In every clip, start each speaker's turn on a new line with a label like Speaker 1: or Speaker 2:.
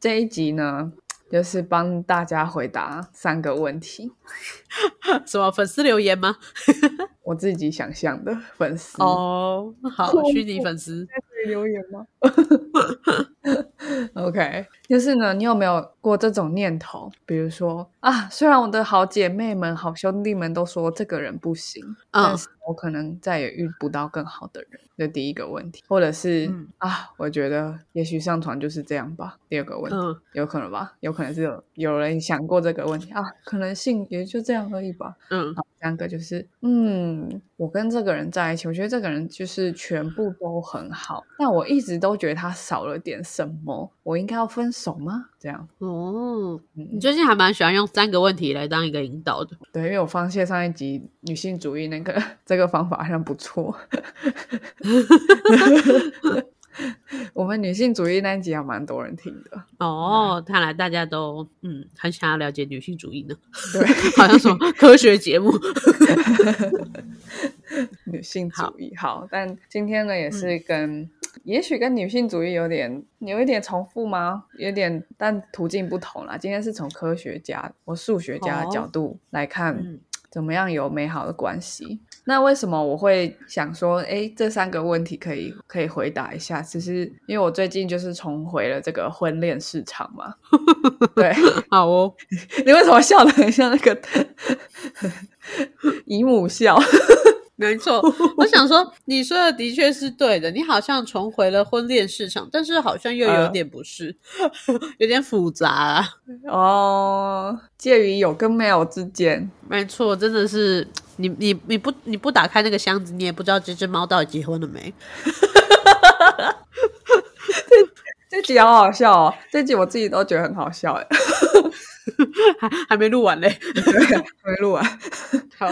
Speaker 1: 这一集呢，就是帮大家回答三个问题，
Speaker 2: 什么粉丝留言吗？
Speaker 1: 我自己想象的粉丝
Speaker 2: 哦，好，虚拟粉丝，
Speaker 1: 可以留言吗 ？OK，就是呢，你有没有过这种念头？比如说啊，虽然我的好姐妹们、好兄弟们都说这个人不行，但
Speaker 2: 嗯
Speaker 1: 是我可能再也遇不到更好的人，这第一个问题。或者是、
Speaker 2: 嗯
Speaker 1: 啊，我觉得也许上床就是这样吧。第二个问题，
Speaker 2: 嗯
Speaker 1: 有可能吧？有可能是有有人想过这个问题啊，可能性也就这样而已吧。
Speaker 2: 嗯
Speaker 1: 好，三个就是，嗯，我跟这个人在一起，我觉得这个人就是全部都很好，但我一直都觉得他少了点什么，我应该要分手吗？这样，
Speaker 2: 哦，你
Speaker 1: 嗯，
Speaker 2: 最近还蛮喜欢用三个问题来当一个引导的，
Speaker 1: 对，因为我发现上一集女性主义那个 这个方法好像不错， 我们女性主义那一集还蛮多人听的，嗯
Speaker 2: 哦，看来大家都嗯很想要了解女性主义呢，
Speaker 1: 对，
Speaker 2: 好像什么科学节目，
Speaker 1: 女性主义。好，但今天呢，也
Speaker 2: 嗯
Speaker 1: 是跟、也许跟女性主义有点有一点重复吗？有点，但途径不同啦。今天是从科学家、我数学家的
Speaker 2: 好
Speaker 1: 角度来看，
Speaker 2: 嗯
Speaker 1: 怎么样有美好的关系。那为什么我会想说，哎，这三个问题可以可以回答一下？其实因为我最近就是重回了这个婚恋市场嘛。 对，
Speaker 2: 好哦，
Speaker 1: 你为什么笑得很像那个 姨母笑？
Speaker 2: 没错， 我想说你说的的确是对的，你好像重回了婚恋市场，但是好像又有
Speaker 1: 嗯
Speaker 2: 点不是， 有点复杂啊。
Speaker 1: 哦，介于有跟没有之间。
Speaker 2: 没错，真的是你你你不你不打开那个箱子，你也不知道这只猫到底结婚了没。
Speaker 1: 这集好好笑哦，这集我自己都觉得很好笑哎，
Speaker 2: 还还没录完嘞。
Speaker 1: 对 没录完。
Speaker 2: 好，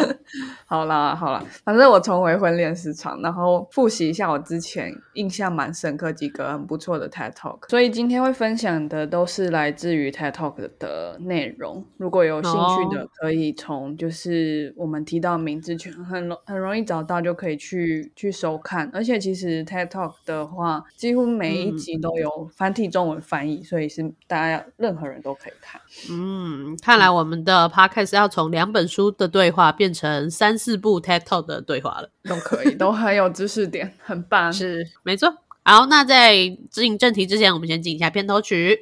Speaker 1: 好啦，好啦，反正我重回婚恋市场，然后复习一下我之前印象蛮深刻几个很不错的 TED Talk，所以今天会分享的都是来自于 TED Talk 的内容。如果有兴趣的，可以从就是我们提到名字群很容很容易找到，就可以去去收看。而且其实 TED Talk 的话，几乎每一
Speaker 2: 嗯
Speaker 1: 集都有繁体中文翻译，所以是大家任何人都可以看。
Speaker 2: 嗯，看来我们的 podcast 要从两本书的对话变成三四部 TED Talk 的对话了。
Speaker 1: 都可以，都很有知识点，很棒。
Speaker 2: 是，没错。好，那在进正题之前，我们先进一下片头曲。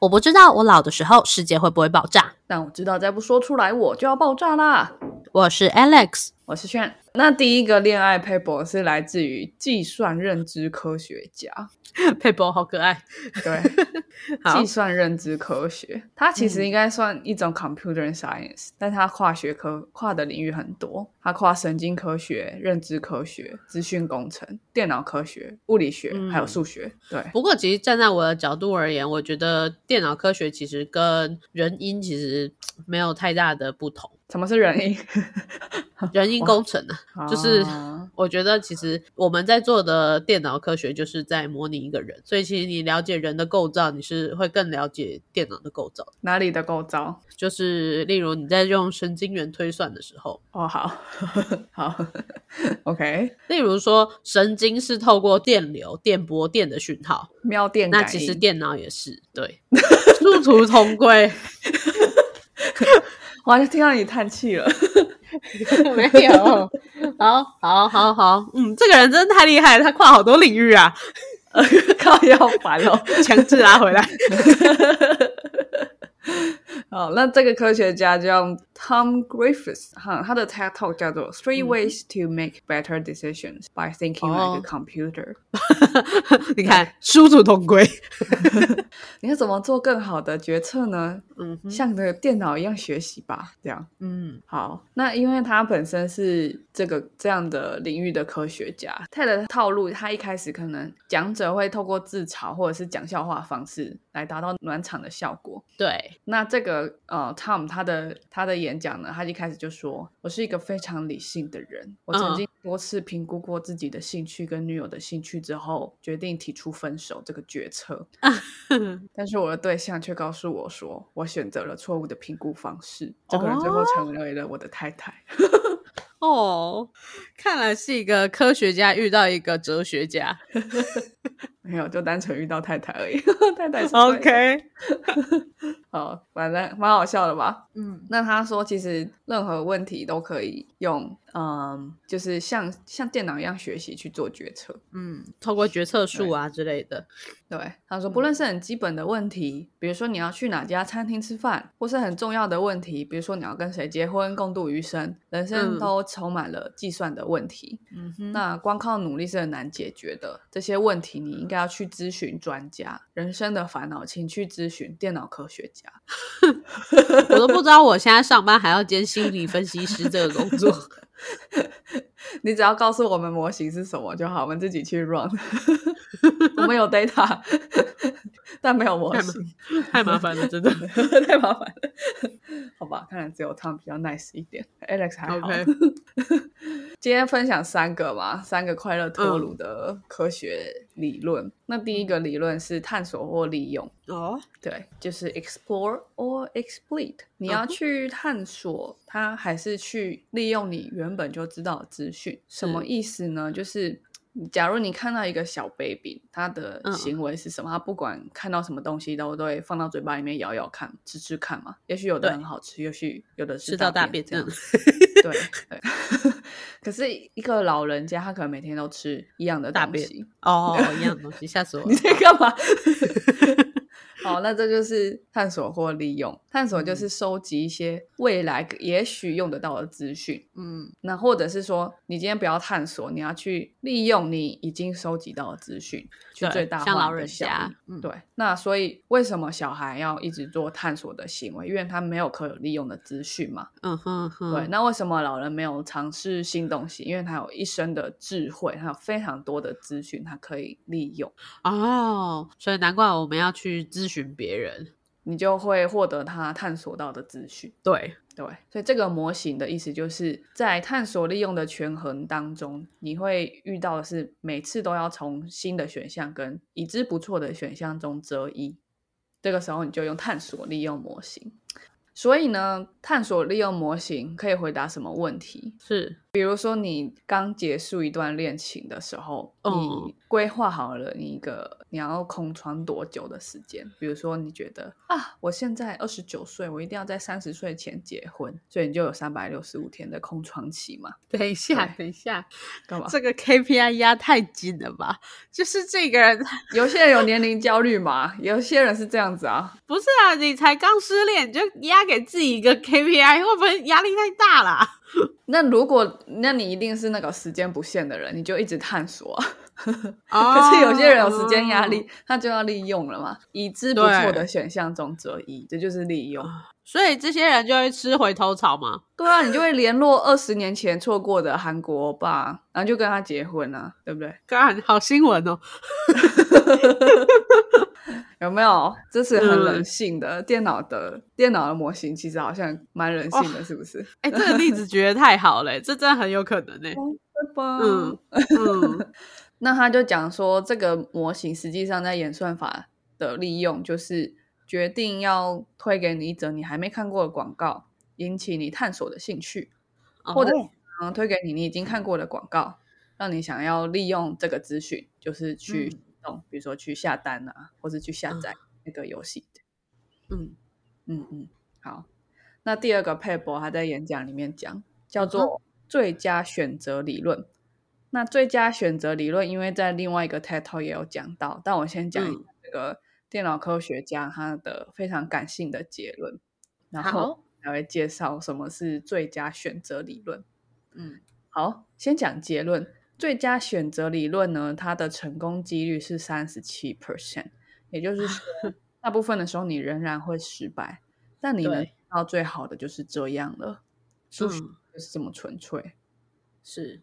Speaker 2: 我不知道我老的时候世界会不会爆炸。
Speaker 1: 但我知道再不说出来我就要爆炸啦！
Speaker 2: 我是 Alex，
Speaker 1: 我是炫。那第一个恋爱 paper 是来自于计算认知科学家，
Speaker 2: 佩博好可爱。
Speaker 1: 对，
Speaker 2: 好
Speaker 1: 计，算认知科学，它其实
Speaker 2: 嗯
Speaker 1: 应该算一种 computer science，、但它跨学科跨的领域很多，它跨神经科学、认知科学、资讯工程、电脑科学、物理学，还有
Speaker 2: 嗯
Speaker 1: 数学，对。
Speaker 2: 不过，其实站在我的角度而言，我觉得电脑科学其实跟人因其实没有太大的不同。
Speaker 1: 什么是人因？
Speaker 2: 人因工程呢、就是
Speaker 1: 啊
Speaker 2: 我觉得其实我们在做的电脑科学就是在模拟一个人，所以其实你了解人的构造，你是会更了解电脑的构造。
Speaker 1: 哪里的构造？
Speaker 2: 就是例如你在用神经元推算的时候，
Speaker 1: 哦，好 好 ，OK，
Speaker 2: 例如说神经是透过电流、电波、电的讯号，
Speaker 1: 喵电
Speaker 2: 那
Speaker 1: 感
Speaker 2: 其实
Speaker 1: 应
Speaker 2: 电脑也是对， 殊途同归。
Speaker 1: 我好像听到你叹气了。
Speaker 2: 没有，好，好，好，好，嗯，这个人真的太厉害了，他跨好多领域啊，
Speaker 1: 靠腰烦哦。
Speaker 2: 强制拉回来。
Speaker 1: 好，那这个科学家叫 Tom Griffiths，哈，他的 TED Talk 叫做 Three
Speaker 2: 嗯
Speaker 1: Ways to Make Better Decisions by Thinking
Speaker 2: 哦
Speaker 1: Like a Computer、
Speaker 2: 你看，殊途同归。
Speaker 1: 你要怎么做更好的决策呢？
Speaker 2: 嗯哼
Speaker 1: 像个电脑一样学习吧，这样。
Speaker 2: 嗯，
Speaker 1: 好，那因为他本身是这个这样的领域的科学家，他的套路，他一开始可能讲者会透过自嘲或者是讲笑话的方式来达到暖场的效果。
Speaker 2: 对，
Speaker 1: 那这个呃，Tom 他的他的演讲呢，他一开始就说：“我是一个非常理性的人，我曾
Speaker 2: 嗯
Speaker 1: 经多次评估过自
Speaker 2: 啊
Speaker 1: 己的兴趣跟女友的兴趣之后，决定提出分手这个决策。但是我的对象却告诉我说，我选择了错误的评估方式，这个人最后成为了我的太太。
Speaker 2: 哦，看来是一个科学家遇到一个哲学家。
Speaker 1: 没有，就单纯遇到太太而已。 太太是
Speaker 2: OK，
Speaker 1: 好，反正蛮好笑的吧？
Speaker 2: 嗯，
Speaker 1: 那他说，其实任何问题都可以用，嗯，就是像像电脑一样学习去做决策。
Speaker 2: 嗯，透过决策术啊之类的，
Speaker 1: 对，他说，
Speaker 2: 嗯
Speaker 1: 不论是很基本的问题，比如说你要去哪家餐厅吃饭，或是很重要的问题，比如说你要跟谁结婚、共度余生，人生
Speaker 2: 嗯
Speaker 1: 都充满了计算的问题。
Speaker 2: 嗯哼
Speaker 1: 那光靠努力是很难解决的。这些问题你应该要去咨询专家，人生的烦恼请去咨询电脑科学家。
Speaker 2: 我都不知道我现在上班还要兼心理分析师这个工作。
Speaker 1: 你只要告诉我们模型是什么就好，我们自己去 run。我们有 data，但没有模型，
Speaker 2: 太麻烦了，真的。
Speaker 1: 太麻烦了。好吧，看来只有 Tom 比较 nice 一点，Alex 还好。
Speaker 2: OK，
Speaker 1: 今天分享三个嘛，三个快乐脱乳的科学理论。那第一个理论是探索或利用。
Speaker 2: 哦，
Speaker 1: 对，就是 explore or exploit。你
Speaker 2: 嗯
Speaker 1: 要
Speaker 2: 哼
Speaker 1: 去探索它，还是去利用你原本就知道的资讯？什么
Speaker 2: 是
Speaker 1: 意思呢？就是假如你看到一个小 baby，他的
Speaker 2: 嗯
Speaker 1: 行为是什么？他不管看到什么东西，都都会放到嘴巴里面咬咬看，吃吃看嘛。也许有的
Speaker 2: 对
Speaker 1: 很好吃，也许有的是
Speaker 2: 吃到大
Speaker 1: 便
Speaker 2: 便
Speaker 1: 这样
Speaker 2: 嗯
Speaker 1: 对对。 可是一个老人家，他可能每天都吃一样的
Speaker 2: 大
Speaker 1: 东
Speaker 2: 便
Speaker 1: 西。
Speaker 2: 哦，一样的东西，吓死我
Speaker 1: 你
Speaker 2: 了。
Speaker 1: 在干嘛？好，那这就是探索或利用。探索
Speaker 2: 嗯
Speaker 1: 就是收集一些未来也许用得到的资讯，
Speaker 2: 嗯，
Speaker 1: 那或者是说，你今天不要探索，你要去利用你已经收集到的资讯，去
Speaker 2: 对
Speaker 1: 最大化
Speaker 2: 像
Speaker 1: 你的
Speaker 2: 老人
Speaker 1: 效
Speaker 2: 家
Speaker 1: 益，
Speaker 2: 嗯，
Speaker 1: 对，那所以为什么小孩要一直做探索的行为？因为他没有可利用的资讯嘛。
Speaker 2: 嗯哼哼，
Speaker 1: 对，那为什么老人没有尝试新东西？因为他有一身的智慧，他有非常多的资讯，他可以利用。
Speaker 2: 哦，所以难怪我们要去咨询别人。
Speaker 1: 你就会获得他探索到的资讯。
Speaker 2: 对，
Speaker 1: 对，所以这个模型的意思就是在探索利用的权衡当中，你会遇到的是每次都要从新的选项跟已知不错的选项中择一。这个时候你就用探索利用模型。所以呢，探索利用模型可以回答什么问题？
Speaker 2: 是，
Speaker 1: 比如说，你刚结束一段恋情的时候，
Speaker 2: 嗯
Speaker 1: 你规划好了你一个你要空窗多久的时间。比如说，你觉得啊，我现在二十九岁，我一定要在三十岁前结婚，所以你就有三百六十五天的空窗期嘛？
Speaker 2: 等一下，
Speaker 1: 对
Speaker 2: 等一下，
Speaker 1: 干嘛？
Speaker 2: 这个 KPI 压太紧了吧？就是这个人，
Speaker 1: 有些人有年龄焦虑嘛，有些人是这样子啊。
Speaker 2: 不是啊，你才刚失恋，你就压给自己一个 KPI，会不会压力太大啦？
Speaker 1: 那如果那你一定是那个时间不限的人，你就一直探索啊、
Speaker 2: 哦
Speaker 1: 可是有些人有时间压力，他就要利用了嘛。已知不错
Speaker 2: 嗯对
Speaker 1: 的选项中择一，这就是利用。
Speaker 2: 所以这些人就会吃回头草嘛。
Speaker 1: 对啊，你就会联络二十年前错过的韩国欧巴，然后就跟他结婚啊，对不对？
Speaker 2: 干，好新闻哦！
Speaker 1: 有没有？这是很人性的，电脑的电脑的模型其实好像蛮人性的，是不是？
Speaker 2: 哎、这个例子举得太好了、欸这真的很有可能呢、欸
Speaker 1: 对吧？
Speaker 2: 嗯嗯，
Speaker 1: 那他就讲说，这个模型实际上在演算法的利用，就是决定要推给你一则你还没看过的广告，引起你探索的兴趣，或者
Speaker 2: 哦
Speaker 1: 嗯，推给你你已经看过的广告，让你想要利用这个资讯，就是去
Speaker 2: 嗯
Speaker 1: 行动，比如说去下单啊，或是去下载那个游戏。
Speaker 2: 嗯，
Speaker 1: 嗯嗯，好。那第二个佩伯他在演讲里面讲，叫
Speaker 2: 嗯
Speaker 1: 做最佳选择理论。那最佳选择理论，因为在另外一个 TED Talk 也有讲到，但我先讲一
Speaker 2: 嗯
Speaker 1: 下这个电脑科学家他的非常感性的结论，然后
Speaker 2: 好，
Speaker 1: 还会介绍什么是最佳选择理论。
Speaker 2: 嗯
Speaker 1: 好，先讲结论。最佳选择理论呢，它的成功几率是三十七 percent，也就是 说，大部分的时候你仍然会失败，但你能
Speaker 2: 对
Speaker 1: 得到最好的就是这样了。数学
Speaker 2: 嗯
Speaker 1: 就是这么纯粹。
Speaker 2: 是，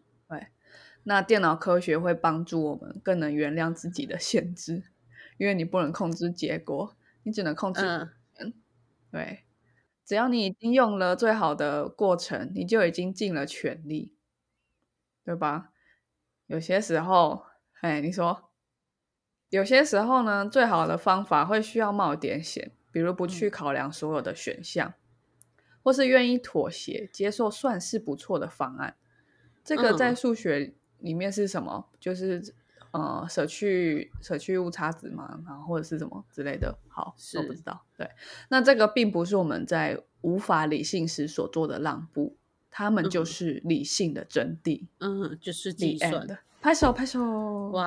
Speaker 1: 那电脑科学会帮助我们更能原谅自己的限制，因为你不能控制结果，你只能控制
Speaker 2: 嗯
Speaker 1: 对，只要你已经用了最好的过程，你就已经尽了全力，对吧？有些时候，哎，你说有些时候呢，最好的方法会需要冒点险，比如不去考量所有的选项，或是愿意妥协，接受算是不错的方案。这个在
Speaker 2: 嗯
Speaker 1: 数学里面是什么？就是呃，舍去舍去误差值嘛，然后或者是什么之类的。好，我不
Speaker 2: 是
Speaker 1: 知道。对，那这个并不是我们在无法理性时所做的让步，他们就
Speaker 2: 嗯
Speaker 1: 是理性的真谛。
Speaker 2: 嗯，就是计
Speaker 1: 理
Speaker 2: 算
Speaker 1: end，拍手拍手！哇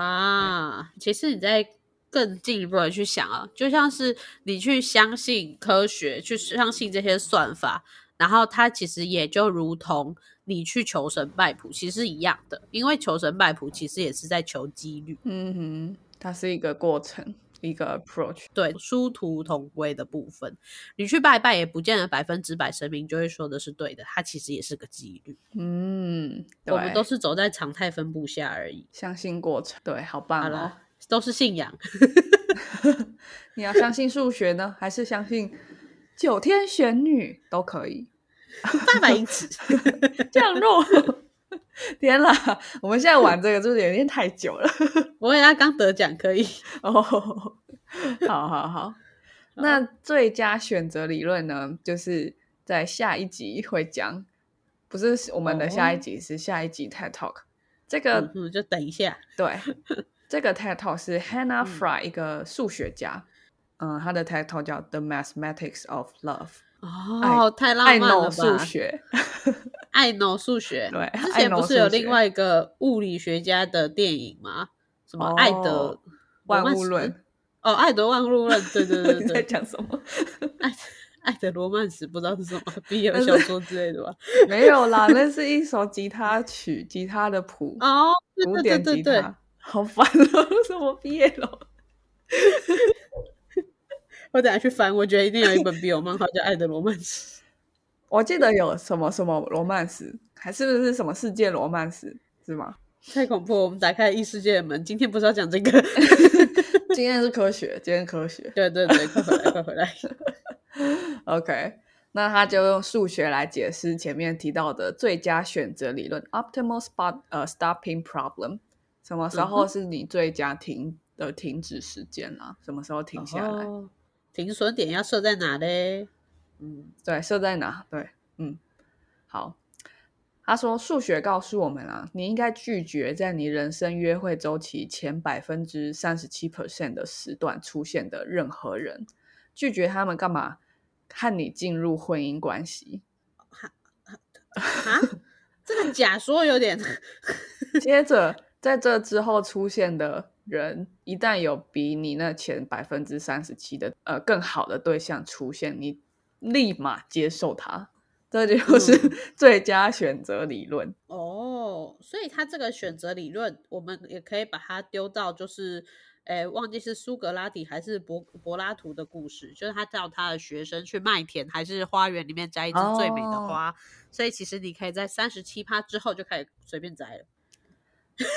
Speaker 2: 哇，其实你在更进一步的去想啊，就像是你去相信科学，去相信这些算法，然后它其实也就如同你去求神拜卜，其实是一样的，因为求神拜卜其实也是在求几率，
Speaker 1: 嗯哼，它是一个过程，一个 approach。
Speaker 2: 对，殊途同归的部分。你去拜拜也不见得百分之百神明就会说的是对的，它其实也是个几率，
Speaker 1: 嗯，对
Speaker 2: 我们都是走在常态分布下而已。
Speaker 1: 相信过程，对，好棒
Speaker 2: 好
Speaker 1: 哦！
Speaker 2: 了，都是信仰。
Speaker 1: 你要相信数学呢，还是相信九天玄女都可以？
Speaker 2: 八百英尺，
Speaker 1: 降落。 天啦，我们现在玩这个就是有点太久了。
Speaker 2: 我以为他刚得奖，可以。
Speaker 1: 哦，好好好。那最佳选择理论呢，就是在下一集会讲，不是我们的下一集，是下一集 TED Talk。这个
Speaker 2: 哦嗯嗯，就等一下。
Speaker 1: 对，这个 title 是 Hannah
Speaker 2: 嗯
Speaker 1: Fry，、一个数学家。嗯，她的 title 叫《The Mathematics of Love
Speaker 2: 哦，太》，浪
Speaker 1: 爱
Speaker 2: 漫了
Speaker 1: 弄
Speaker 2: 吧！
Speaker 1: 数，学。
Speaker 2: 爱脑数学。
Speaker 1: 对
Speaker 2: 之
Speaker 1: 爱
Speaker 2: 前
Speaker 1: 脑
Speaker 2: 不是有
Speaker 1: 数学
Speaker 2: 另外一个物理学家的电影吗？什么爱的
Speaker 1: 哦万
Speaker 2: 罗曼
Speaker 1: 物
Speaker 2: 史
Speaker 1: 论？
Speaker 2: 哦，爱的万物论，对对对
Speaker 1: 你在
Speaker 2: 对对，
Speaker 1: 讲什么？
Speaker 2: 爱的罗曼史不知道是什么笔友
Speaker 1: 但是
Speaker 2: 小说之类的吧？
Speaker 1: 没有 啦，那是一首吉他曲，吉他的谱，
Speaker 2: 哦，对
Speaker 1: 古
Speaker 2: 对
Speaker 1: 典
Speaker 2: 对
Speaker 1: 吉他。
Speaker 2: 对对，
Speaker 1: 好烦哦， 什么毕业了？
Speaker 2: 我等下去翻，我觉得一定有一本笔友漫画叫《爱的罗曼史》。
Speaker 1: 我记得有什么什么罗曼史，还是不是什么世界罗曼史是吗？
Speaker 2: 太恐怖了！我们打开异世界的门，今天不是要讲这个？
Speaker 1: 今天是科学，今天是科学。
Speaker 2: 对对对，快回来，快回来！
Speaker 1: OK，那他就用数学来解释前面提到的最佳选择理论 （optimal spot 呃 stopping problem），什么时
Speaker 2: 嗯
Speaker 1: 候
Speaker 2: 哼
Speaker 1: 是你最佳停的、呃停止时间啊？什么时候 停下来？
Speaker 2: 哦，停损点要设在哪嘞？嗯，
Speaker 1: 对，设在哪？对，嗯，好。他说：“数学告诉我们啊，你应该拒绝在你人生约会周期前百分之三十七 percent 的时段出现的任何人，拒绝他们干嘛？和你进入婚姻关系。
Speaker 2: 啊， 这个假说有点
Speaker 1: 接着，在这之后出现的人，一旦有比你那前百分之三十七的呃更好的对象出现，你立马接受他，这就是
Speaker 2: 嗯
Speaker 1: 最佳选择理论。
Speaker 2: 哦，所以他这个选择理论，我们也可以把它丢到就是，诶，忘记是苏格拉底还是柏柏拉图的故事，就是他叫他的学生去麦田还是花园里面摘一枝最美的
Speaker 1: 哦
Speaker 2: 花，所以其实你可以在三十七趴之后就开始随便摘了。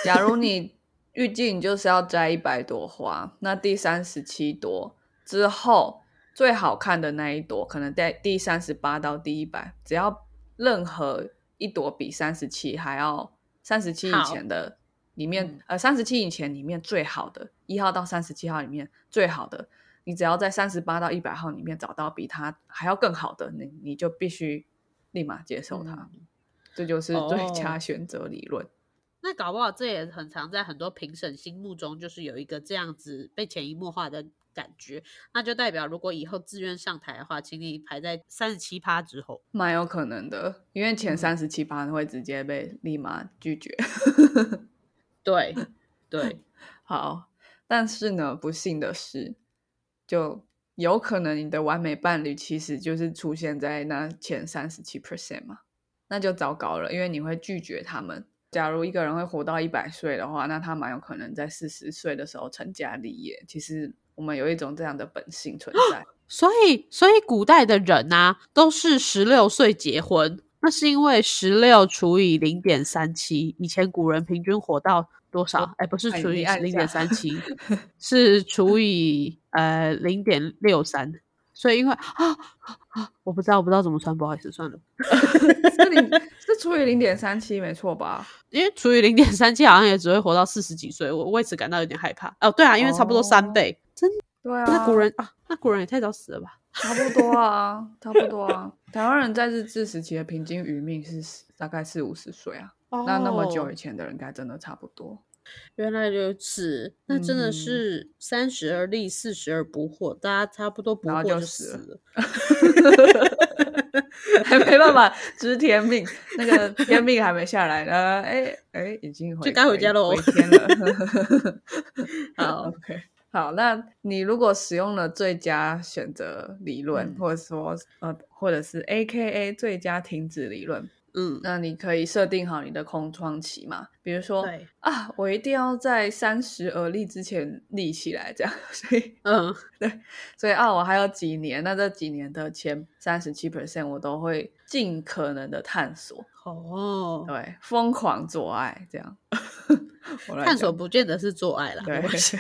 Speaker 1: 假如你预计你就是要摘一百朵花，那第三十七朵之后最好看的那一朵，可能在第三十八到第一百，只要任何一朵比三十七还要三十七以
Speaker 2: 好
Speaker 1: 前的里面，
Speaker 2: 嗯
Speaker 1: 呃，三十七以前里面最好的一号到三十七号里面最好的，你只要在三十八到一百号里面找到比它还要更好的，你你就必须立马接受它。
Speaker 2: 嗯
Speaker 1: 这就是最
Speaker 2: 哦
Speaker 1: 佳选择理论。
Speaker 2: 那搞不好这也很常在很多评审心目中，就是有一个这样子被潜移默化的感觉，那就代表如果以后自愿上台的话，请你排在三十七趴之后。
Speaker 1: 蛮有可能的，因为前
Speaker 2: 嗯
Speaker 1: 三十七趴会直接被立马拒绝。
Speaker 2: 对对，
Speaker 1: 好，但是呢，不幸的是，就有可能你的完美伴侣其实就是出现在那前三十七 percent 嘛，那就糟糕了，因为你会拒绝他们。假如一个人会活到一百岁的话，那他蛮有可能在四十岁的时候成家立业。其实我们有一种这样的本性存在。
Speaker 2: 所以所以古代的人啊，都是十六岁结婚，那是因为十六除以零点三七，以前古人平均活到多少？哎，不是
Speaker 1: 哎
Speaker 2: 除
Speaker 1: 你
Speaker 2: 以
Speaker 1: 按
Speaker 2: 零
Speaker 1: 一
Speaker 2: 点
Speaker 1: 下
Speaker 2: 三七，是除以呃零点六三。所以因为啊啊啊，我不知道，我不知道怎么算，不好意思，算了。
Speaker 1: 是零是除以零点三七，没错吧？
Speaker 2: 因为除以零点三七，好像也只会活到四十几岁，我为此感到有点害怕。哦，对啊，因为差不多
Speaker 1: 哦
Speaker 2: 三倍，真的
Speaker 1: 对啊，
Speaker 2: 那古人啊，那古人也太早死了吧？
Speaker 1: 差不多啊，差不多啊。台湾人在日治时期的平均余命是十大概四五十岁啊，那那么久
Speaker 2: 哦
Speaker 1: 以前的人，应该真的差不多。
Speaker 2: 原来如此，那真的
Speaker 1: 嗯
Speaker 2: 是三十而立，四十而不惑，大家差不多不
Speaker 1: 然后
Speaker 2: 惑
Speaker 1: 就死
Speaker 2: 死
Speaker 1: 了
Speaker 2: 了。
Speaker 1: 还没办法知天命，那个天命还没下来呢。哎哎，已经回
Speaker 2: 就该回家喽
Speaker 1: 回天了。
Speaker 2: 好
Speaker 1: ，OK，好，那你如果使用了最佳选择理论，
Speaker 2: 嗯
Speaker 1: 或者说呃，或者是 AKA 最佳停止理论，
Speaker 2: 嗯，
Speaker 1: 那你可以设定好你的空窗期嘛，比如说
Speaker 2: 对，
Speaker 1: 啊，我一定要在三十而立之前立起来，这样， 所以。
Speaker 2: 嗯，
Speaker 1: 所以啊，我还有几年，那这几年的前三十七 percent 我都会尽可能的探索，
Speaker 2: 哦，
Speaker 1: 对，疯狂做爱这样。 我来
Speaker 2: 探索
Speaker 1: 讲
Speaker 2: 不见得是做爱啦，
Speaker 1: 对
Speaker 2: 我 是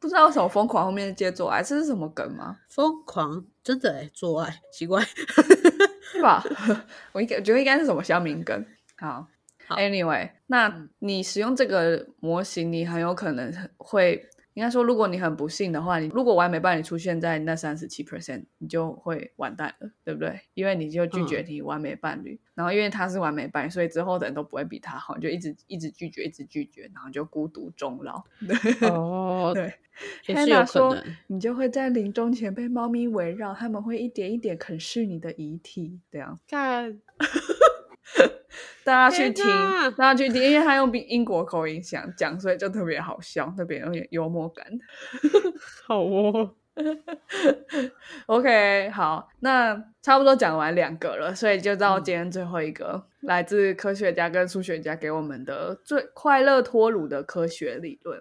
Speaker 1: 不知道为什么疯狂后面接做爱，这是什么梗吗？
Speaker 2: 疯狂，真的哎，做爱奇 怪，
Speaker 1: 是吧？ 我应该觉得应该是什么小敏梗。好
Speaker 2: 好
Speaker 1: a n y w a y 那
Speaker 2: 嗯
Speaker 1: 你使用这个模型，你很有可能会。应该说，如果你很不幸的话，你如果完美伴侣出现在那三十七 percent，你就会完蛋了，对不对？因为你就拒
Speaker 2: 嗯
Speaker 1: 绝你完美伴侣，然后因为他是完美伴侣，所以之后的人都不会比他好，你就一直一直拒绝，一直拒绝，然后就孤独终老。
Speaker 2: 哦
Speaker 1: 对，
Speaker 2: 也
Speaker 1: Hannah
Speaker 2: 是有可
Speaker 1: 说
Speaker 2: 能。
Speaker 1: 你就会在临终前被猫咪围绕，他们会一点一点啃噬你的遗体，这样。
Speaker 2: 看，
Speaker 1: 大家去
Speaker 2: 天
Speaker 1: 听
Speaker 2: 哪，
Speaker 1: 大家去听，因为他用英英国口音想讲，所以就特别好笑，特别有点幽默感。
Speaker 2: 好哦，
Speaker 1: OK，好，那差不多讲完两个了，所以就到今天最后一个，来自科学家跟数学家给我们的最快乐脱乳的科学理论，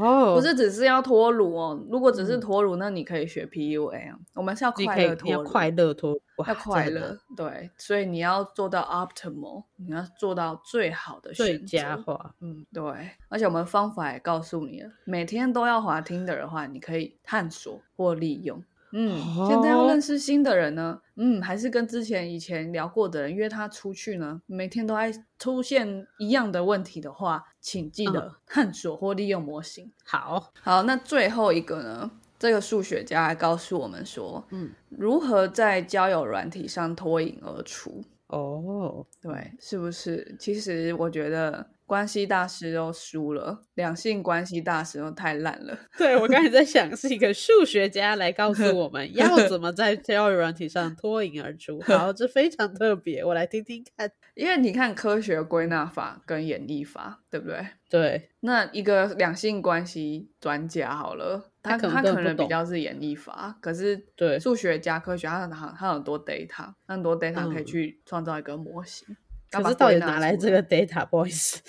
Speaker 2: 哦，
Speaker 1: 不是只是要脱乳哦。如果只是
Speaker 2: 嗯
Speaker 1: 脱乳，那你可以学 PUA，我啊们是要
Speaker 2: 你
Speaker 1: 快
Speaker 2: 可
Speaker 1: 乐
Speaker 2: 以你
Speaker 1: 脱
Speaker 2: 要
Speaker 1: 乳，
Speaker 2: 快乐脱，哇
Speaker 1: 要快
Speaker 2: 真的
Speaker 1: 乐，对，所以你要做到 optimal，你要做到最好的选
Speaker 2: 最
Speaker 1: 择
Speaker 2: 佳化，
Speaker 1: 嗯，对，而且我们方法也告诉你了，每天都要滑听的的话，你可以探索或利用。嗯，现在要
Speaker 2: 哦
Speaker 1: 认识新的人呢，嗯，还是跟之前以前聊过的人约他出去呢，每天都爱出现一样的问题的话，请记
Speaker 2: 嗯
Speaker 1: 得探索或利用模型。
Speaker 2: 好，
Speaker 1: 好，那最后一个呢？这个数学家还告诉我们说，
Speaker 2: 嗯，
Speaker 1: 如何在交友软体上脱颖而出。
Speaker 2: 哦，
Speaker 1: 对，是不是？其实我觉得关系大师都输了，两性关系大师都太烂了。
Speaker 2: 对，我刚才在想，是一个数学家来告诉 我们要怎么在交友软体上脱颖而出。好，这非常特别，我来听听看。
Speaker 1: 因为你看科学归纳法跟演绎法，对不对？
Speaker 2: 对，
Speaker 1: 那一个两性关系专家好了，他
Speaker 2: 他可能
Speaker 1: 他可
Speaker 2: 根本不
Speaker 1: 能比
Speaker 2: 懂
Speaker 1: 较是演绎法，可是
Speaker 2: 对
Speaker 1: 数学加科学，他很他很多 data，他很多 data 可以
Speaker 2: 嗯
Speaker 1: 去创造一个模型。要
Speaker 2: 可
Speaker 1: 把
Speaker 2: 是到
Speaker 1: 归
Speaker 2: 底
Speaker 1: 纳
Speaker 2: 哪来
Speaker 1: 出
Speaker 2: 这个 data，不好 意思。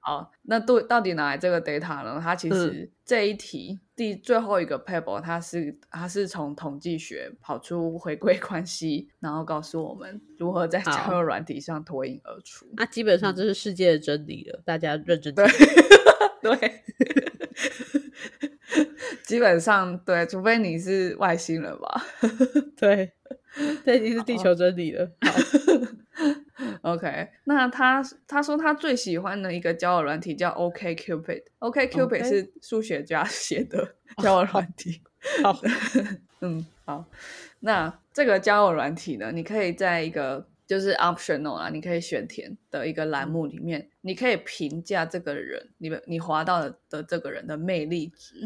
Speaker 1: 好，那对到底哪来这个 data 呢？它其
Speaker 2: 嗯
Speaker 1: 实这一题、第最后一个 paper，它是它是从统计学跑出回归关系，然后告诉我们如何在交
Speaker 2: 好啊
Speaker 1: 友软体上脱颖而出。
Speaker 2: 那基本上这是世界的真理了，大家认真听。
Speaker 1: 对，基本上对，除非你是外星人吧。
Speaker 2: 对，这已经是地球真理了。好，
Speaker 1: OK，那他他说他最喜欢的一个交友软体叫 OK Cupid。OK Cupid
Speaker 2: OK
Speaker 1: 是数学家 写的交友软体。
Speaker 2: 好，
Speaker 1: 嗯，好。那这个交友软体呢，你可以在一个就是 optional 啦，你可以选填的一个栏目里面，你可以评价这个人，你们你滑到的的这个人的魅力值，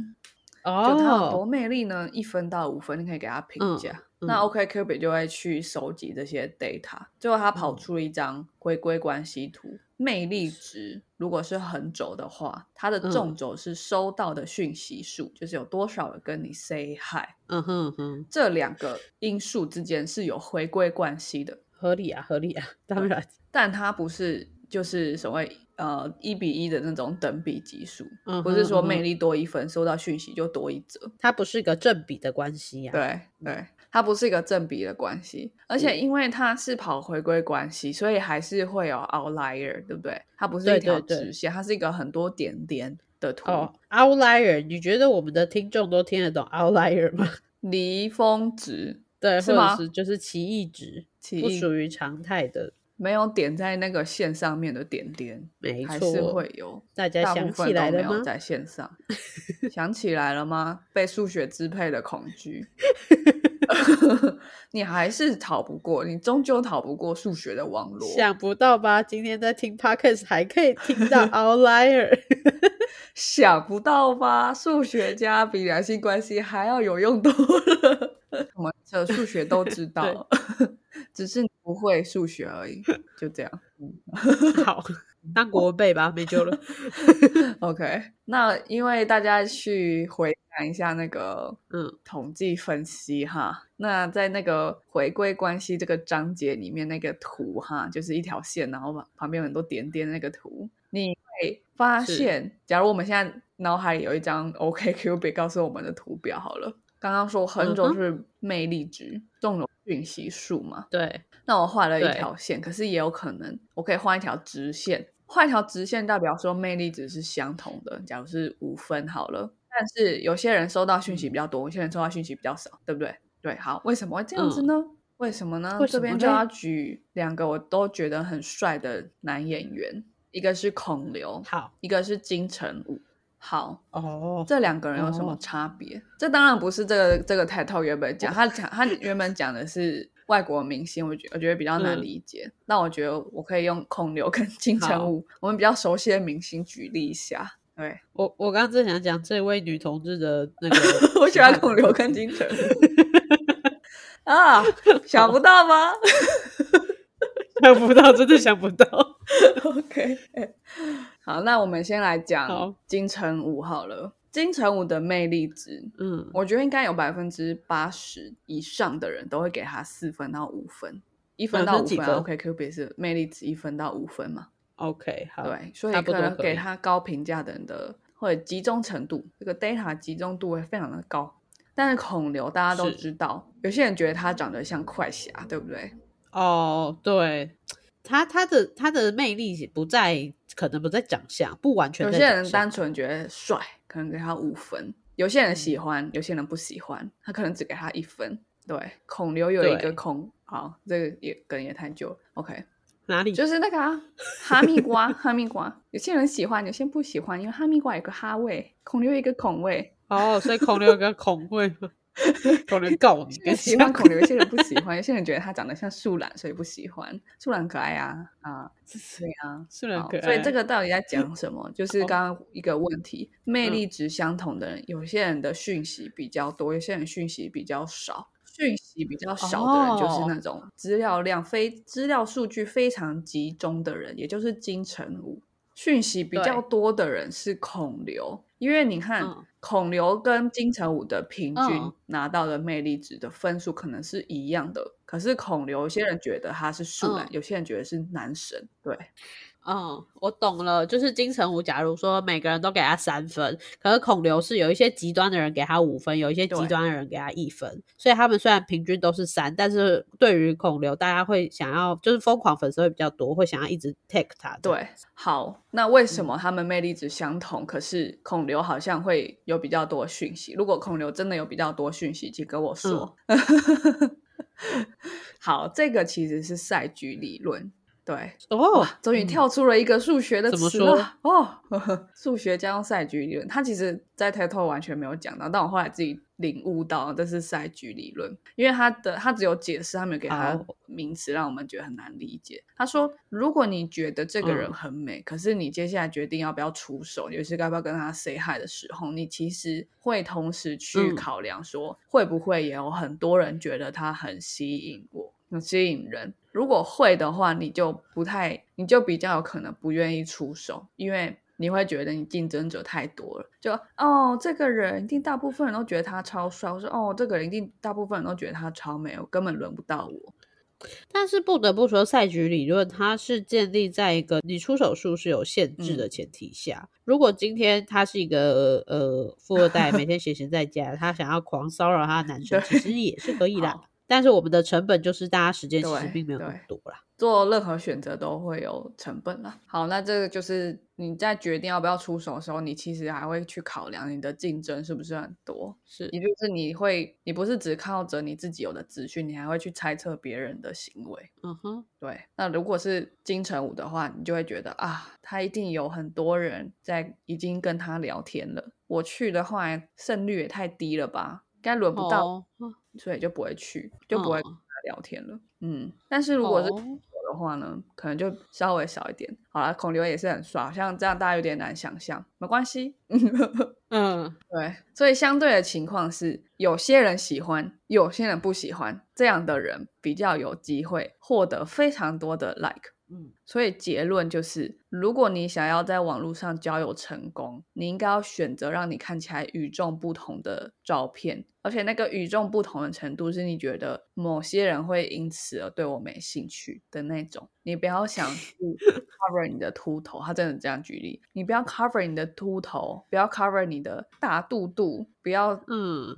Speaker 1: 就他有多
Speaker 2: 哦，
Speaker 1: 魅力呢？一分到五分，你可以给他评价。那
Speaker 2: 嗯
Speaker 1: OK Cupid 就会去收集这些 data，最后他跑
Speaker 2: 嗯
Speaker 1: 出了一张回归关系图。魅力值如果是横轴的话，它的
Speaker 2: 嗯
Speaker 1: 纵轴是收到的讯息数，就是有多少人跟你 say hi。
Speaker 2: 嗯哼嗯哼，
Speaker 1: 这两个因素之间是有回归关系的，
Speaker 2: 合理啊，合理啊，当然，
Speaker 1: 但它不是就是所谓呃一比一的那种等比级数，
Speaker 2: 嗯哼
Speaker 1: 不是说
Speaker 2: 嗯哼
Speaker 1: 魅力多一分，收到讯息就多一折。
Speaker 2: 它不是一个正比的关系呀、
Speaker 1: 对对，它不是一个正比的关系，而
Speaker 2: 嗯
Speaker 1: 且因为它是跑回归关系，所以还是会有 outlier，对不对？它不是一
Speaker 2: 对
Speaker 1: 条
Speaker 2: 对对
Speaker 1: 直线，它是一个很多点点的图。
Speaker 2: 哦，outlier，你觉得我们的听众都听得懂 outlier 吗？
Speaker 1: 离峰值
Speaker 2: 对，
Speaker 1: 是
Speaker 2: 或
Speaker 1: 吗
Speaker 2: 者是就是奇异值，
Speaker 1: 奇
Speaker 2: 不
Speaker 1: 异
Speaker 2: 属于常态的，
Speaker 1: 没有点在那个线上面的点点，
Speaker 2: 没
Speaker 1: 还是
Speaker 2: 错
Speaker 1: 会。有。
Speaker 2: 大家
Speaker 1: 大部
Speaker 2: 想
Speaker 1: 分
Speaker 2: 起
Speaker 1: 都
Speaker 2: 来
Speaker 1: 没
Speaker 2: 了吗
Speaker 1: 有？在线上， 想起来了吗？被数学支配的恐惧， 你还是逃不过，你终究逃不过数学的网络。
Speaker 2: 想不到吧？今天在听 podcast 还可以听 到 outlier，
Speaker 1: 想不到吧？数学家比两性关系还要有用多了。 我们的数学都 知道，只是你不会数学而已，就这样。
Speaker 2: 好，当国文背吧，没 救了。
Speaker 1: OK，那因为大家去回想一下那个
Speaker 2: 嗯，
Speaker 1: 统计分析哈，那在那个回归关系这个章节里面那个图哈，就是一条线，然后旁旁边有很多点点的那个图，你会发
Speaker 2: 是
Speaker 1: 现，假如我们现在脑海里有一张 OKQB 告诉我们的图表好了，刚刚说横轴
Speaker 2: 嗯哼
Speaker 1: 是魅力值，纵轴讯息数嘛，
Speaker 2: 对，
Speaker 1: 那我画了一
Speaker 2: 对
Speaker 1: 条线，可是也有可能我可以画一条直线。画一条直线代表说魅力值是相同的，假如是五分好了。但是有些人收到讯
Speaker 2: 嗯
Speaker 1: 息比较多，有些人收到讯息比较少，对不对？对，好，为什么会这样子呢？为什么呢？
Speaker 2: 嗯为什
Speaker 1: 这
Speaker 2: 么
Speaker 1: 边就
Speaker 2: 嘞
Speaker 1: 要举两个我都觉得很帅的男演员，一个是孔刘，
Speaker 2: 好
Speaker 1: 一个是金城武。好，
Speaker 2: 哦，
Speaker 1: 这两个人有什么
Speaker 2: 哦
Speaker 1: 差别？这当然不是这个这个 title 原本讲，他讲他原本讲的是外国明星，我觉我觉得比较难
Speaker 2: 嗯
Speaker 1: 理解。那我觉得我可以用孔刘跟金城
Speaker 2: 好
Speaker 1: 武我们比较熟悉的明星举例一下。 对，，
Speaker 2: 我我刚刚正想讲这位女同志的那 个
Speaker 1: 我喜欢
Speaker 2: 恐
Speaker 1: 孔刘跟金城武 啊，想不到吧
Speaker 2: 想不到，真的想不到。
Speaker 1: ？OK，好，那我们先来讲
Speaker 2: 好
Speaker 1: 金城武好了。金城武的魅力值，
Speaker 2: 嗯，
Speaker 1: 我觉得应该有百分之八十以上的人都会给他四分到五分，一分到五分,、
Speaker 2: 百分之几
Speaker 1: 啊、
Speaker 2: 分
Speaker 1: ，OK Q 别是魅力值一分到五分嘛，
Speaker 2: OK，好，
Speaker 1: 对，所以
Speaker 2: 差不
Speaker 1: 可
Speaker 2: 多
Speaker 1: 能
Speaker 2: 可
Speaker 1: 给
Speaker 2: 以
Speaker 1: 他高评价的人的或者集中程度，这个 data 集中度会非常的高。但是孔刘大家都
Speaker 2: 是
Speaker 1: 知道，有些人觉得他长得像快侠，对不对？
Speaker 2: 哦，对，他他的他的魅力不在，可能不在长相，不完全
Speaker 1: 有
Speaker 2: 在
Speaker 1: 些
Speaker 2: 长
Speaker 1: 人
Speaker 2: 相
Speaker 1: 单纯觉得帅，可能给他五分；有些人
Speaker 2: 嗯
Speaker 1: 喜欢，有些人不喜欢，他可能只给他一分。对，孔刘有一个
Speaker 2: 对
Speaker 1: 孔，好，这个也梗也太久了，OK。
Speaker 2: 哪里
Speaker 1: 就是那个、啊、哈密瓜，哈密瓜，有些人喜欢，有些人不喜欢，因为哈密瓜有个哈味，孔刘有一个孔味，
Speaker 2: 哦，所以孔刘跟孔慧吗，孔刘告你
Speaker 1: 有些人 喜
Speaker 2: 跟
Speaker 1: 欢孔刘，有些人不喜欢，有些人觉得他长得像树懒，所以不喜欢，树懒可爱啊啊，对啊。
Speaker 2: 虽然
Speaker 1: 好
Speaker 2: 可爱，哦
Speaker 1: 所以这个到底在讲什么？ 就是
Speaker 2: 好
Speaker 1: 刚刚一个问题，魅
Speaker 2: 嗯
Speaker 1: 力值相同的人，有些人的讯息比较多，有些人讯息比较少。讯息比较少的人，就是
Speaker 2: 哦
Speaker 1: 那种资料量非资料数据非常集中的人，也就是金城武。讯息比较多的人是孔刘，因为你看、
Speaker 2: 嗯
Speaker 1: 孔刘跟金城武的平均
Speaker 2: 嗯
Speaker 1: 拿到的魅力值的分数可能是一样的，可是孔刘有些人觉得他是树懒，
Speaker 2: 嗯
Speaker 1: 有些人觉得是男神，对，
Speaker 2: 嗯，我懂了，就是金城武，假如说每个人都给他三分，可是孔刘是有一些极端的人给他五分，有一些
Speaker 1: 对
Speaker 2: 极端的人给他一分，所以他们虽然平均都是三，但是对于孔刘，大家会想要就是疯狂粉丝会比较多，会想要一直 take 他的。嗯
Speaker 1: 对，好，那为什么他们魅力值相同，可是孔刘好像会有比较多讯息？如果孔刘真的有比较多讯息，请跟我说。
Speaker 2: 嗯
Speaker 1: 好，这个其实是赛局理论，对，
Speaker 2: 哦，
Speaker 1: 终于跳出了一个数学的
Speaker 2: 怎么
Speaker 1: 词
Speaker 2: 说
Speaker 1: 了、哦 呵呵。数学加上赛局理论，它其实在 title 完全没有讲到，但我后来自己领悟到这是赛局理论，因为它的它只有解释，它没有给它
Speaker 2: 好
Speaker 1: 名词，让我们觉得很难理解。他说，如果你觉得这个人
Speaker 2: 嗯
Speaker 1: 很美，可是你接下来决定要不要出手，尤其是该不要跟他 say hi 的时候，你其实会同时去
Speaker 2: 嗯
Speaker 1: 考量说，会不会也有很多人觉得他很吸引我，很吸引人。如果会的话，你就不太，你就比较有可能不愿意出手，因为你会觉得你竞争者太多了。就哦，这个人一定大部分人都觉得他超帅，我说哦，这个人一定大部分人都觉得他超美，我根本轮不到我。
Speaker 2: 但是不得不说，赛局理论它是建立在一个你出手数是有限
Speaker 1: 嗯
Speaker 2: 制的前提下。如果今天他是一个呃富二代，每天闲闲在家，他想要狂骚扰他的男生，
Speaker 1: 对
Speaker 2: 其实也是可以啦
Speaker 1: 好。
Speaker 2: 但是我们的成本就是大家时间其实
Speaker 1: 对
Speaker 2: 并没有那么
Speaker 1: 对
Speaker 2: 多啦。
Speaker 1: 做任何选择都会有成本啦。好，那这个就是你在决定要不要出手的时候，你其实还会去考量你的竞争是不是很多，
Speaker 2: 是
Speaker 1: 也就是你会，你不是只靠着你自己有的资讯，你还会去猜测别人的行为。
Speaker 2: 嗯哼，
Speaker 1: 对，那如果是金城武的话，你就会觉得啊，他一定有很多人在已经跟他聊天了。我去的话，胜率也太低了吧，应该轮不到，
Speaker 2: 哦，嗯
Speaker 1: 所以就不会去，就不会跟
Speaker 2: 嗯
Speaker 1: 他聊天了。嗯，但是如果是
Speaker 2: 哦
Speaker 1: 我的话呢，可能就稍微少一点。好啦，孔刘也是很帅，好像这样大家有点难想象，没关系。
Speaker 2: 嗯，
Speaker 1: 对，所以相对的情况是，有些人喜欢，有些人不喜欢，这样的人比较有机会获得非常多的 like。
Speaker 2: 嗯，
Speaker 1: 所以结论就是，如果你想要在网络上交友成功，你应该要选择让你看起来与众不同的照片，而且那个与众不同的程度是你觉得某些人会因此而对我没兴趣的那种。你不要想去 cover 你的秃头，他真的这样举例，你不要 cover 你的秃头，不要 cover 你的大肚肚，不要
Speaker 2: 嗯，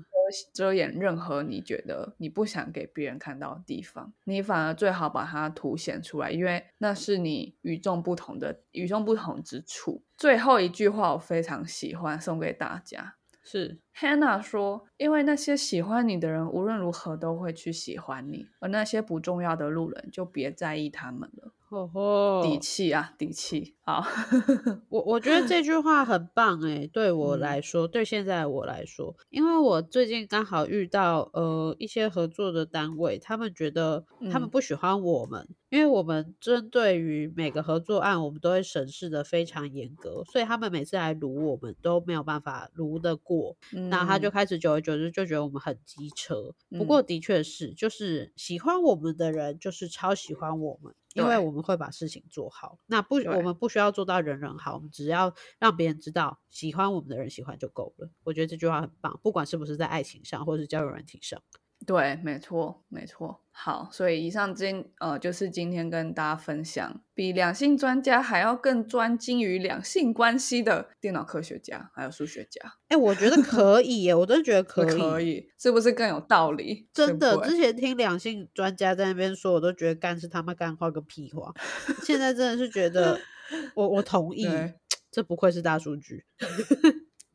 Speaker 1: 遮遮掩任何你觉得你不想给别人看到的地方，你反而最好把它凸显出来，因为那是你与众不同的与众不同之处。最后一句话我非常喜欢，送给大家。
Speaker 2: 是
Speaker 1: Hannah 说：“因为那些喜欢你的人无论如何都会去喜欢你，而那些不重要的路人就别在意他们了。
Speaker 2: 哦吼，
Speaker 1: 底气啊，底气！好，
Speaker 2: 我我觉得这句话很棒诶、对我
Speaker 1: 嗯
Speaker 2: 来说，对现在的我来说，因为我最近刚好遇到呃一些合作的单位，他们觉得他们
Speaker 1: 嗯
Speaker 2: 不喜欢我们，因为我们针对于每个合作案，我们都会审视的非常严格，所以他们每次来撸我们都没有办法撸得过，那他就
Speaker 1: 嗯
Speaker 2: 开始久而久之就觉得我们很机车。不过的确是，就是喜欢我们的人就是超喜欢我们，因为
Speaker 1: 对
Speaker 2: 我们会把事情做好。那不，
Speaker 1: 对
Speaker 2: 我们不需要做到人人好，我们只要让别人知道喜欢我们的人喜欢就够了。我觉得这句话很棒，不管是不是在爱情上或是交友软体上。
Speaker 1: 对，没错，没错。好，所以以上今呃就是今天跟大家分享，比两性专家还要更专精于两性关系的电脑科学家还有数学家，
Speaker 2: 哎、我觉得可以耶，我真 的觉得可以，
Speaker 1: 可以，是不是更有道理？对
Speaker 2: 真
Speaker 1: 不
Speaker 2: 的。
Speaker 1: 对
Speaker 2: 之前听两性专家在那边说，我都觉得干是他妈干话个屁 话，现在真的是觉得我我同意
Speaker 1: 对，
Speaker 2: 这不愧是大数据。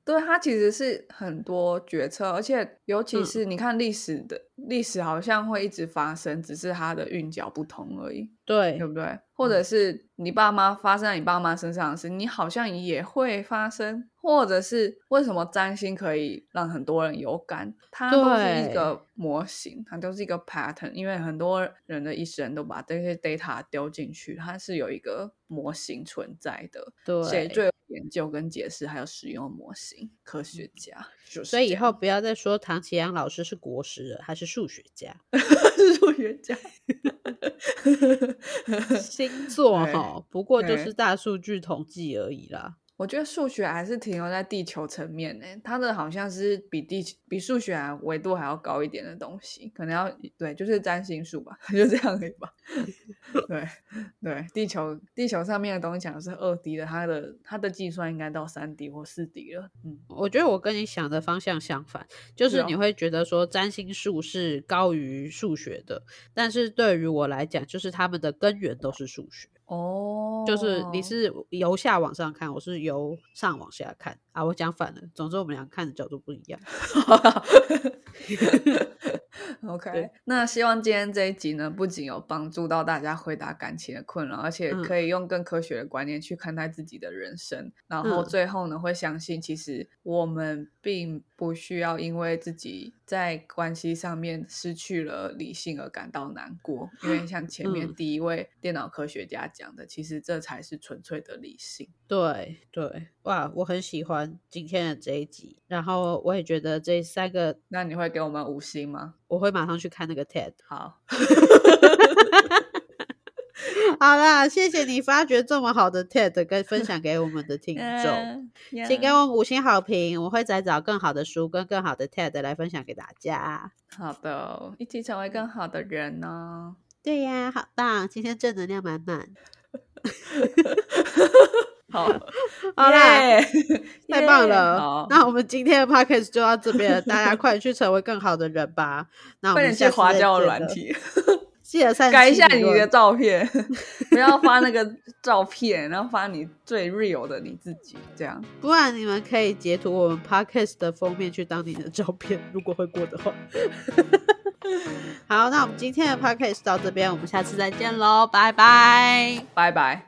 Speaker 1: 对，它其实是很多决策，而且尤其
Speaker 2: 嗯
Speaker 1: 是你看历史的、历史好像会一直发生，只是它的韵脚不同而已。
Speaker 2: 对
Speaker 1: 对，不对？或
Speaker 2: 嗯
Speaker 1: 者是你爸妈发生在你爸妈身上的事，你好像也会发生，或者是为什么占星可以让很多人有感？它都是一
Speaker 2: 对
Speaker 1: 个模型，它都是一个 pattern，因为很多人的一生都把这些 data 丢进去，它是有一个模型存在的。
Speaker 2: 对，
Speaker 1: 谁最有研究跟解释，还有使用模型，科学家就是
Speaker 2: 嗯所以以
Speaker 1: 这
Speaker 2: 后
Speaker 1: 样
Speaker 2: 不要再说唐启阳老师是国师了，他是数学 家。
Speaker 1: 数学家。
Speaker 2: 星座
Speaker 1: 对
Speaker 2: 哈，不过就
Speaker 1: 对
Speaker 2: 是大数据统计而已啦。
Speaker 1: 我觉得数学还是停留在地球层面呢、它的好像是比地球比数学还维度还要高一点的东西，可能要对，就是占星术吧， 就这样而已吧。对对，地球地球上面的东西讲的是二 D 的，它的它的计算应该到三 D 或四 D 了。嗯，
Speaker 2: 我觉得我跟你想的方向相反，就是是
Speaker 1: 哦
Speaker 2: 你会觉得说占星术是高于数学的，但是对于我来讲，就是他们的根源都是数学。
Speaker 1: 哦，
Speaker 2: 就是你是由下往上看，我是由上往下看啊，我讲反了。总之我们俩看的角度不一样。
Speaker 1: OK，
Speaker 2: 对
Speaker 1: 那希望今天这一集呢，不仅有帮助到大家回答感情的困扰，而且
Speaker 2: 嗯
Speaker 1: 可以用更科学的观念去看待自己的人生。然后
Speaker 2: 嗯
Speaker 1: 最后呢，会相信其实我们并不需要因为自己在关系上面失去了理性而感到难过，因为像前面
Speaker 2: 嗯
Speaker 1: 第一位电脑科学家讲的，其实这才是纯粹的理性。
Speaker 2: 对对，哇，我很喜欢今天的这一集，然后我也觉得这三个
Speaker 1: 那你会给我们五星吗？
Speaker 2: 我会马上去看那个 TED。
Speaker 1: 好，
Speaker 2: 好啦，谢谢你发掘这么好的 TED 跟分享给我们的听众，
Speaker 1: 嗯，
Speaker 2: 请给我们五星好评，我会再找更好的书跟更好的 TED 来分享给大家。
Speaker 1: 好的，哦一起成为
Speaker 2: 嗯
Speaker 1: 更好的人哦呢、
Speaker 2: 对呀，好棒，今天正能量满满。
Speaker 1: 好，
Speaker 2: 好啦
Speaker 1: 耶，
Speaker 2: 太棒了
Speaker 1: 好
Speaker 2: 那我们今天的 podcast 就到这边了，大家快点去成为更好的人吧。那我
Speaker 1: 快
Speaker 2: 们
Speaker 1: 点去
Speaker 2: 下次
Speaker 1: 花
Speaker 2: 再
Speaker 1: 椒
Speaker 2: 见
Speaker 1: 软
Speaker 2: 了，
Speaker 1: 体，
Speaker 2: 记得三
Speaker 1: 改一下你的照 片，不要发那个照片，然后发你最 real 的你自己，这样
Speaker 2: 不然你们可以截图我们 podcast 的封面去当你的照片，如果会过的 话。好，那我们今天的 podcast 到这边，我们下次再见喽，拜拜。
Speaker 1: 拜拜。